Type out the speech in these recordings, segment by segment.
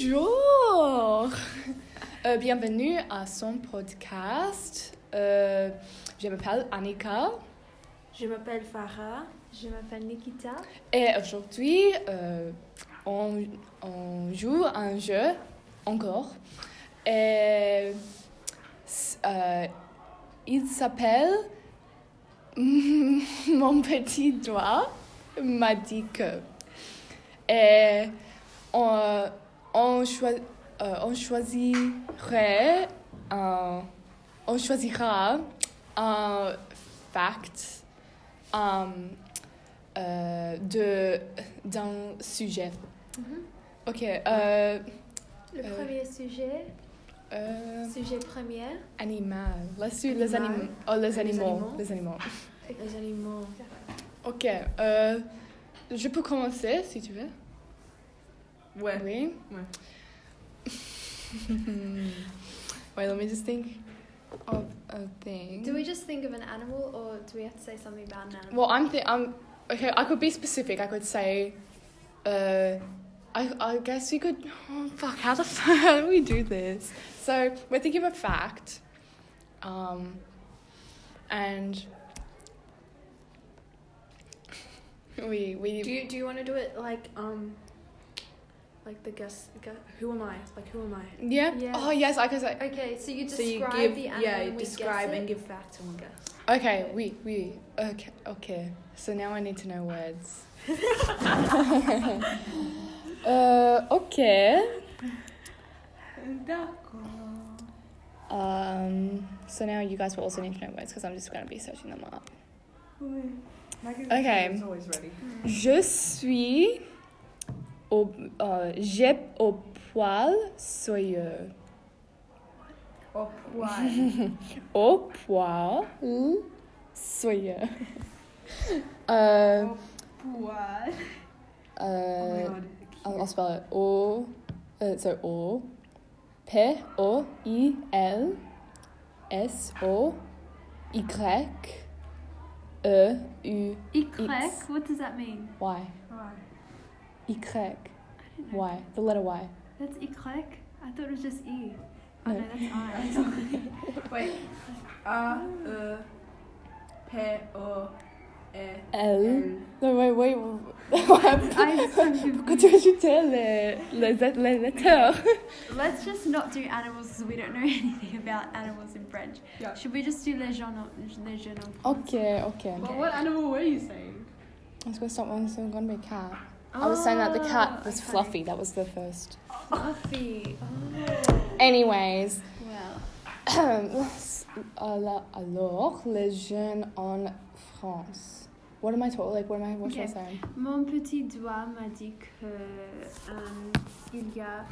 Bonjour Euh, Bienvenue à son podcast. Euh, je m'appelle Annika Je m'appelle Farah. Je m'appelle Nikita. et aujourd'hui euh, on, on joue à un jeu encore. Et, s- euh, il s'appelle Mon petit doigt m'a dit que. Et on, on, choi- euh, on choisirait un- on choisira un fact euh, euh, de d'un sujet. Ok. euh, Le Euh. premier sujet, euh, sujet premier, animal. Let's do les Animal. animaux. Oh, les Les animaux. animaux. Les animaux. les animaux. Ok. euh, je peux commencer si tu veux. Ouais. Oui. Ouais. Wait, let me just think of a thing. Do we just think of an animal or do we have to say something about an animal? Well, I'm th- I'm okay. I could be specific. I could say, uh, I I guess we could. Oh, fuck! How the fuck how do we do this? So we're thinking of a fact, um, and we we Do you do you want to do it like um like the guess, guess who am I? Like who am I? yeah. Yeah. Oh yes, I could say. Okay, so you describe so you give the animal yeah, and you we describe guess and it. give facts and we guess. Okay, we we okay okay. So now I need to know words. uh, okay. Um, so now you guys will also need to know words because I'm just going to be searching them up. Okay. It's always ready. Je suis au, euh, j'ai au poil soyeux. Or why? Au poil soyeux. euh, Why? Oh my euh, god. I'll, I'll spell it. O, uh, so O, P O I L, S O, Y, E U X. What does that mean? Y. Why? Y. I don't know. Y. The letter Y. That's ikrek? I thought it was just E. Oh No. no, that's I. Wait. A E P O E L. N. No, wait, wait. I'm so Pourquoi confused. tu as ajouté les, les, les lettres? Let's just not do animals because we don't know anything about animals in French. Yeah. Should we just do les gens les gens en France? Ok, ok. Well, what animal were you saying? I was going to stop one, so I'm going to be a cat. I was saying that the cat was Ah, Oh, okay. fluffy. That was the first. Fluffy. Anyways. Wow. alors, alors, les jeunes en France. What am I talking? Like, what am I? What should I Okay. say? Mon petit doigt m'a dit que euh, il y a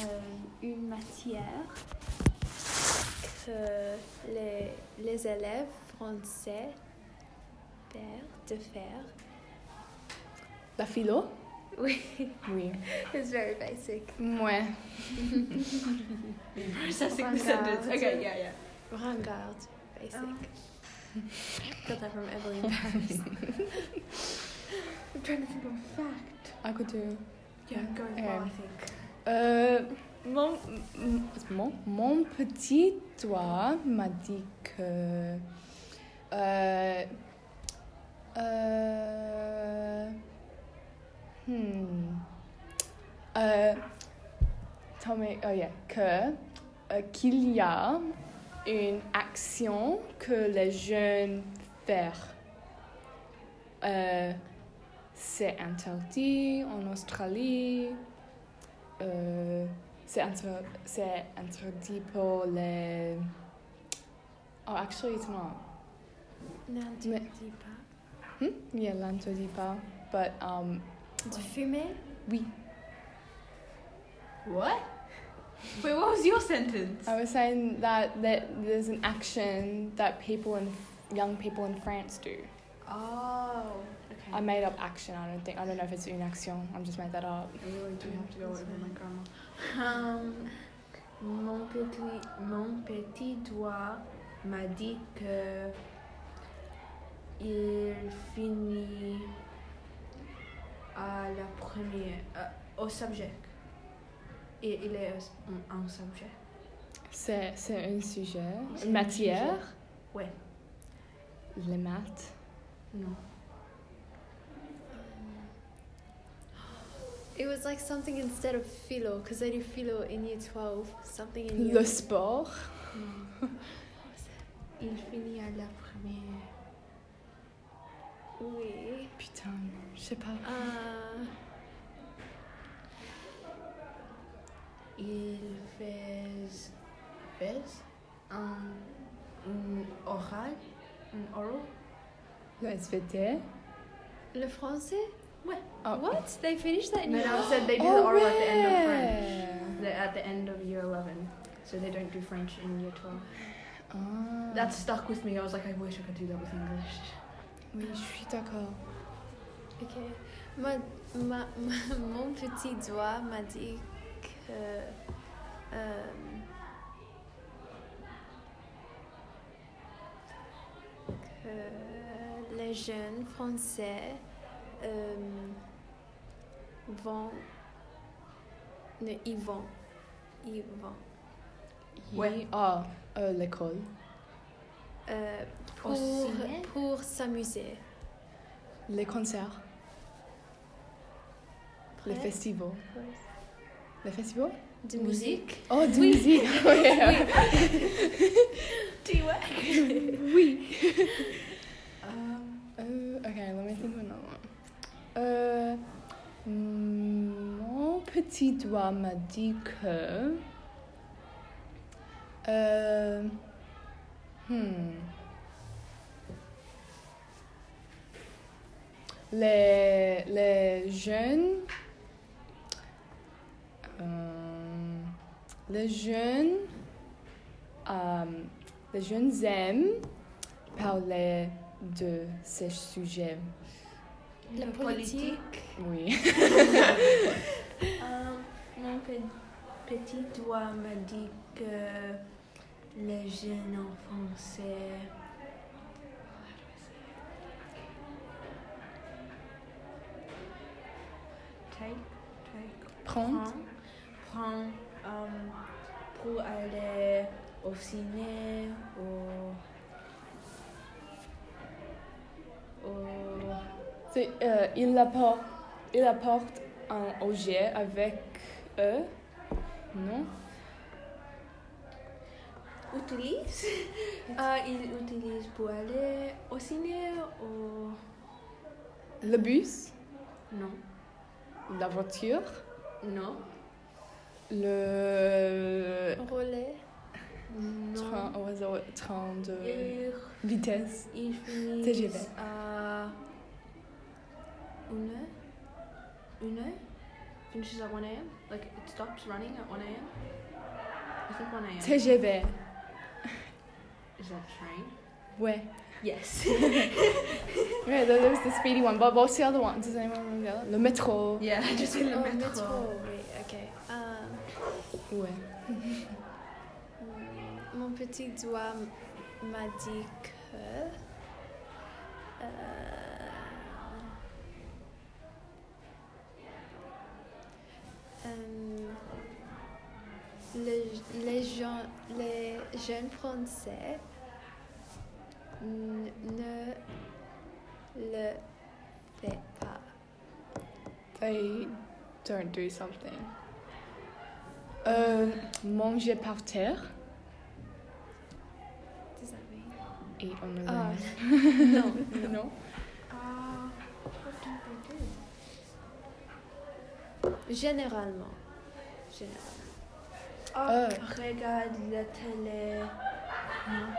euh, une matière que les, les élèves français perdent de faire. La philo? Oui, Oui. it's very basic. Ouais. Oh Processing Find the sentence. out. Okay, yeah, yeah. Regarde, Oh, basic. Oh. Got that from Evelyn Paris. I'm trying to think of a fact. I could do. Yeah, go for Okay. it, I think. Euh, mon, m- mon, mon petit doigt m'a dit que. Euh, euh, hmm. Euh, tell me- oh yeah, que euh, qu'il y a une action que les jeunes font. Euh, c'est interdit en Australie. Euh, c'est inter- c'est interdit pour les. Oh, actually, it's not. Non, tu ne Mais- dis pas. Hmm? Yeah, l'interdit pas. But, um, Tu fumais? oui. What? Wait, what was your sentence? I was saying that, that there's an action that people in young people in France do. Oh. Okay. I made up action. I don't think I don't know if it's une action. I just made that up. I really do have to go over my grandma. Um, mon, petit, mon petit doigt m'a dit que il finit à la première, euh, au subject. Et il est euh, un, un sujet. C'est, c'est un sujet. C'est Une un matière. Ouais. Les maths. Non. Um, It was like something instead of philo, because I do philo in year 12, something in year Le sport. Il finit à la première. Oui. Putain, je sais pas. Ah, Il fait, fait un, un oral, un oral. Le SVT. le français? Oh. What? They finished that in year Madame said they do the Oh, oral at the end of French. ouais. The, at the end of year 11. So they don't do French in year 12. Ah. That stuck with me. I was like, I wish I could do that with English. Oui, je suis d'accord. Ok. Ma, ma, ma- mon petit doigt m'a dit que. euh, que les jeunes français euh, vont. Ne, ils vont. Ils vont. Oui. Ah, euh, l'école. euh, Au pour ciné? pour s'amuser. Les concerts. Les Prêt? festivals. Les festivals De Musique? musique. Oh, du musique. Ouais. Tu vois? Um, Euh, ok, let me think of another one. Euh, mm, mon petit doigt m'a dit que. Euh, hmm. Les, les jeunes. euh, les jeunes. euh, les jeunes aiment parler de ces sujets. La politique. Oui. Um, mon pe- petit doigt m'a dit que les jeunes en français. Take, take, Prendre. prend, prend um, pour aller au ciné, au. au C'est, euh, il apporte, il apporte un objet avec eux. Non? utilise. Euh, il utilise pour aller au ciné ou. Le bus, Non. la voiture, Non. le Relais. Non. train, oiseau- train de Il, vitesse. il finit TGV. à. Une heure. Une heure. Finishes at 1 a.m. Like it stops running at 1 a.m. I think 1 a.m. TGV. Is that train? Ouais. Yes. Yeah, that that was the speedy one. But what's the other one? Does anyone remember the other? Le métro. yeah, just in the Oh, metro. métro, oui, ok. Euh, Ouais. mm, mon petit doigt m- m'a dit que. euh, euh, les, les, gens, les jeunes français n- ne le fait pas. They don't do something. Euh, manger par terre. Désolée. Et on me Ah, lève. non. Non? Ah, what do they do? Généralement. Généralement. Ah, Euh. regarde la télé. Non.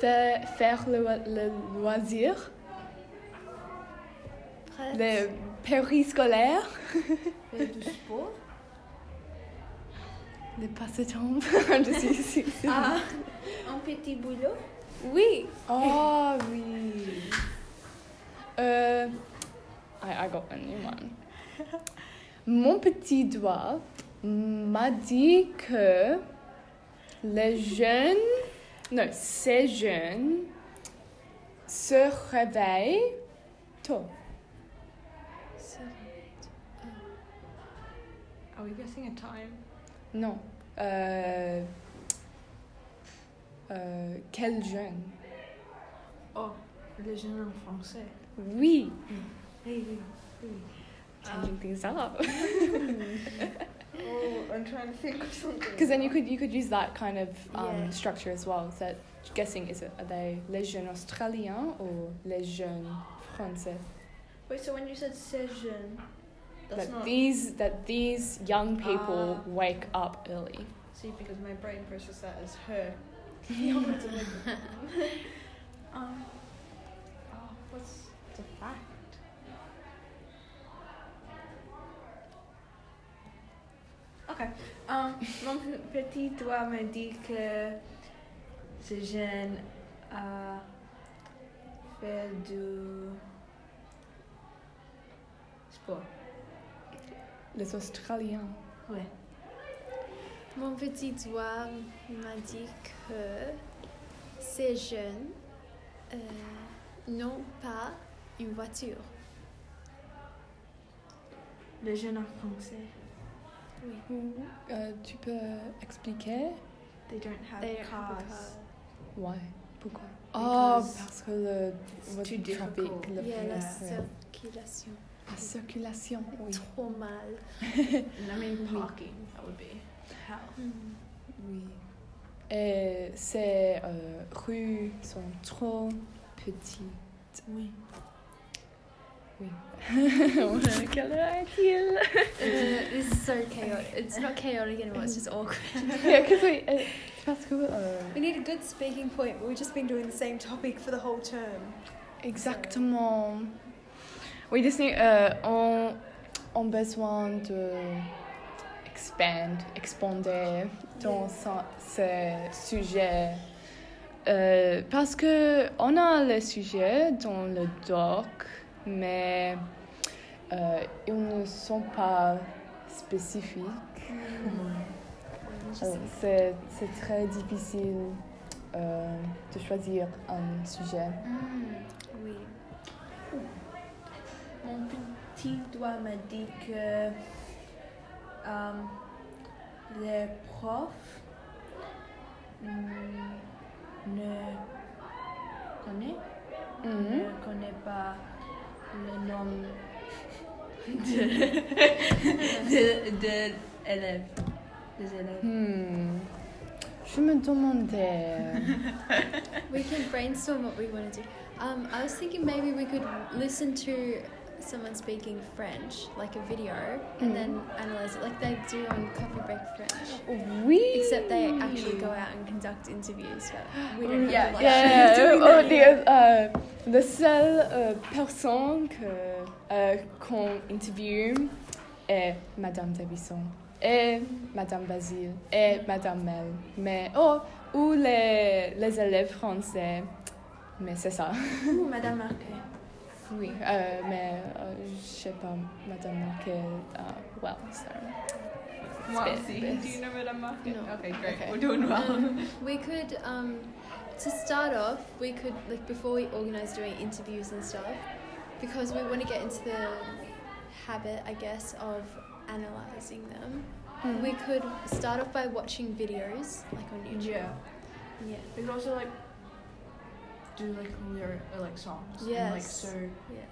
Faire, faire le, lo- le loisir. Prête? Le périscolaire. Faire du sport. Le passe-temps. Je suis ici. Ah, un petit boulot. Oui. Oh, oui. Euh, I, I got a new one. Mon petit doigt m'a dit que les jeunes, non, ces jeunes se réveillent tôt. Ça- Are we guessing a time? Non. Euh, euh, quel jeune Oh, les jeunes en français. Oui. Oui, oui, oui. Ah. Changing things up. oh, I'm trying to think of something. Because then you could you could use that kind of um, Yeah. structure as well. So that guessing is it are they les jeunes australiens or les jeunes français? Wait, so when you said session, that's that not. these that these young people Ah. wake up early. See, because my brain processed that as her. um, oh, what's the fact? Okay. Um, mon petit doigt me dit que ce jeune a fait du sport. Les australiens. Ouais. Mon petit doigt m'a dit que ces jeunes euh, n'ont pas une voiture. Le jeune en français. Euh, tu peux expliquer They don't have They don't have cars. a car. why? Pourquoi? Oh, Because parce que le it's votre too trafic, difficult. le Il y a la ouais. circulation. La circulation. Oui. Trop mal. I mean, parking. That would be hell. Oui. Et ces euh, rues sont trop petites. Oui. On a quelle heure est-il? Uh, this is so chaotic. It's not chaotic anymore. It's just awkward. Yeah, 'cause we- euh, Parce que euh, We need a good speaking point. We've just been doing the same topic for the whole term. Exactement. Oui, Disney euh, ont, ont besoin de expand, expander dans sa- ces sujets. Euh, parce que on a le sujet dans le doc, mais euh, ils ne sont pas spécifiques. Mm, Euh, C'est c'est très difficile euh, de choisir un sujet. Mm, Oui. Mon petit doigt m'a dit que euh, les profs mm, ne connaît, Mhm. Mm-hmm. ne connaît pas le nom de, de, de élèves. Des élèves. Hmm. Je me demandais. We can brainstorm what we want to do. Um, I was thinking maybe we could listen to someone speaking French, like a video, and then Mm. analyze it, like they do on Coffee Break French. oui. Except they actually go out and conduct interviews, but we don't Mm, Yeah, have to like Yeah, doing oh, that. the, euh, la seule euh, personne que euh, qu'on interviewe est Madame Davison et Madame Basile et Madame Mel. Mais oh, ou les, les élèves français. Mais c'est ça. Ouh, Madame Marquet. Oui. Euh, mais euh, je sais pas, Madame Marquet. Uh, well, so. Wow, Bit- see, bit. do you know Madame Marquet? No. Okay, great. Okay. We're doing well. Um, we could, um, to start off, we could, like, before we organise doing interviews and stuff, because we want to get into the habit, I guess, of analysing them, Hmm. Mm. we could start off by watching videos, like on YouTube. Yeah. Yeah. We could also like do like lyric or like songs. And, like Yes. so Yes.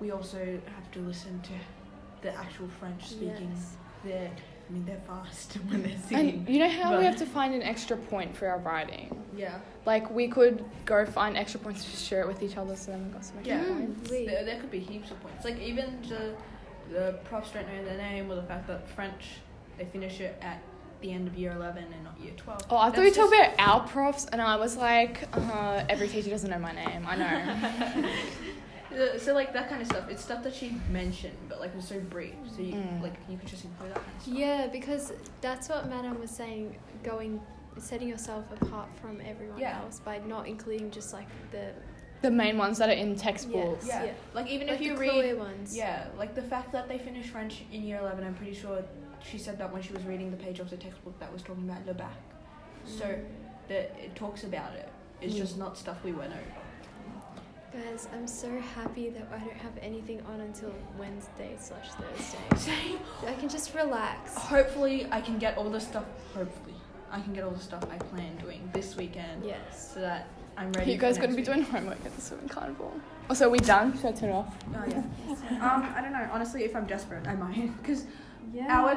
we also have to listen to the actual French speaking. Yes. They're I mean they're fast when they're singing. And you know how but- we have to find an extra point for our writing? yeah. Like we could go find extra points to share it with each other so then we got some extra Yeah. Mm. points. We- There, there could be heaps of points. Like even the the profs don't know their name or the fact that French they finish it at the end of year eleven and not year twelve. Oh, I thought That's we talked just- about our profs, and I was like, uh, every teacher doesn't know my name. I know. Uh, So like that kind of stuff. It's stuff that she mentioned, but like it was so brief. So you Mm. like you could just include that kind of stuff. Yeah, because that's what Madame was saying, going, setting yourself apart from everyone Yeah. else by not including just, like, the... the main ones that are in textbooks. Yeah. Yeah. Like even like if you the read clear ones. Yeah, like the fact that they finished French in year 11, I'm pretty sure she said that when she was reading the page of the textbook that was talking about Le Bac. So Mm. that it talks about it. It's Mm. just not stuff we went over. Guys, I'm so happy that I don't have anything on until Wednesday slash Thursday. I can just relax. Oh, Hopefully, I can get all the stuff. Hopefully, I can get all the stuff I plan doing this weekend, Yes. so that I'm ready. You guys for going next to be week. doing homework at the swimming carnival. Also, are we done? Should I turn it off? Um, Oh yeah. um, I don't know. Honestly, if I'm desperate, I might because Yeah. our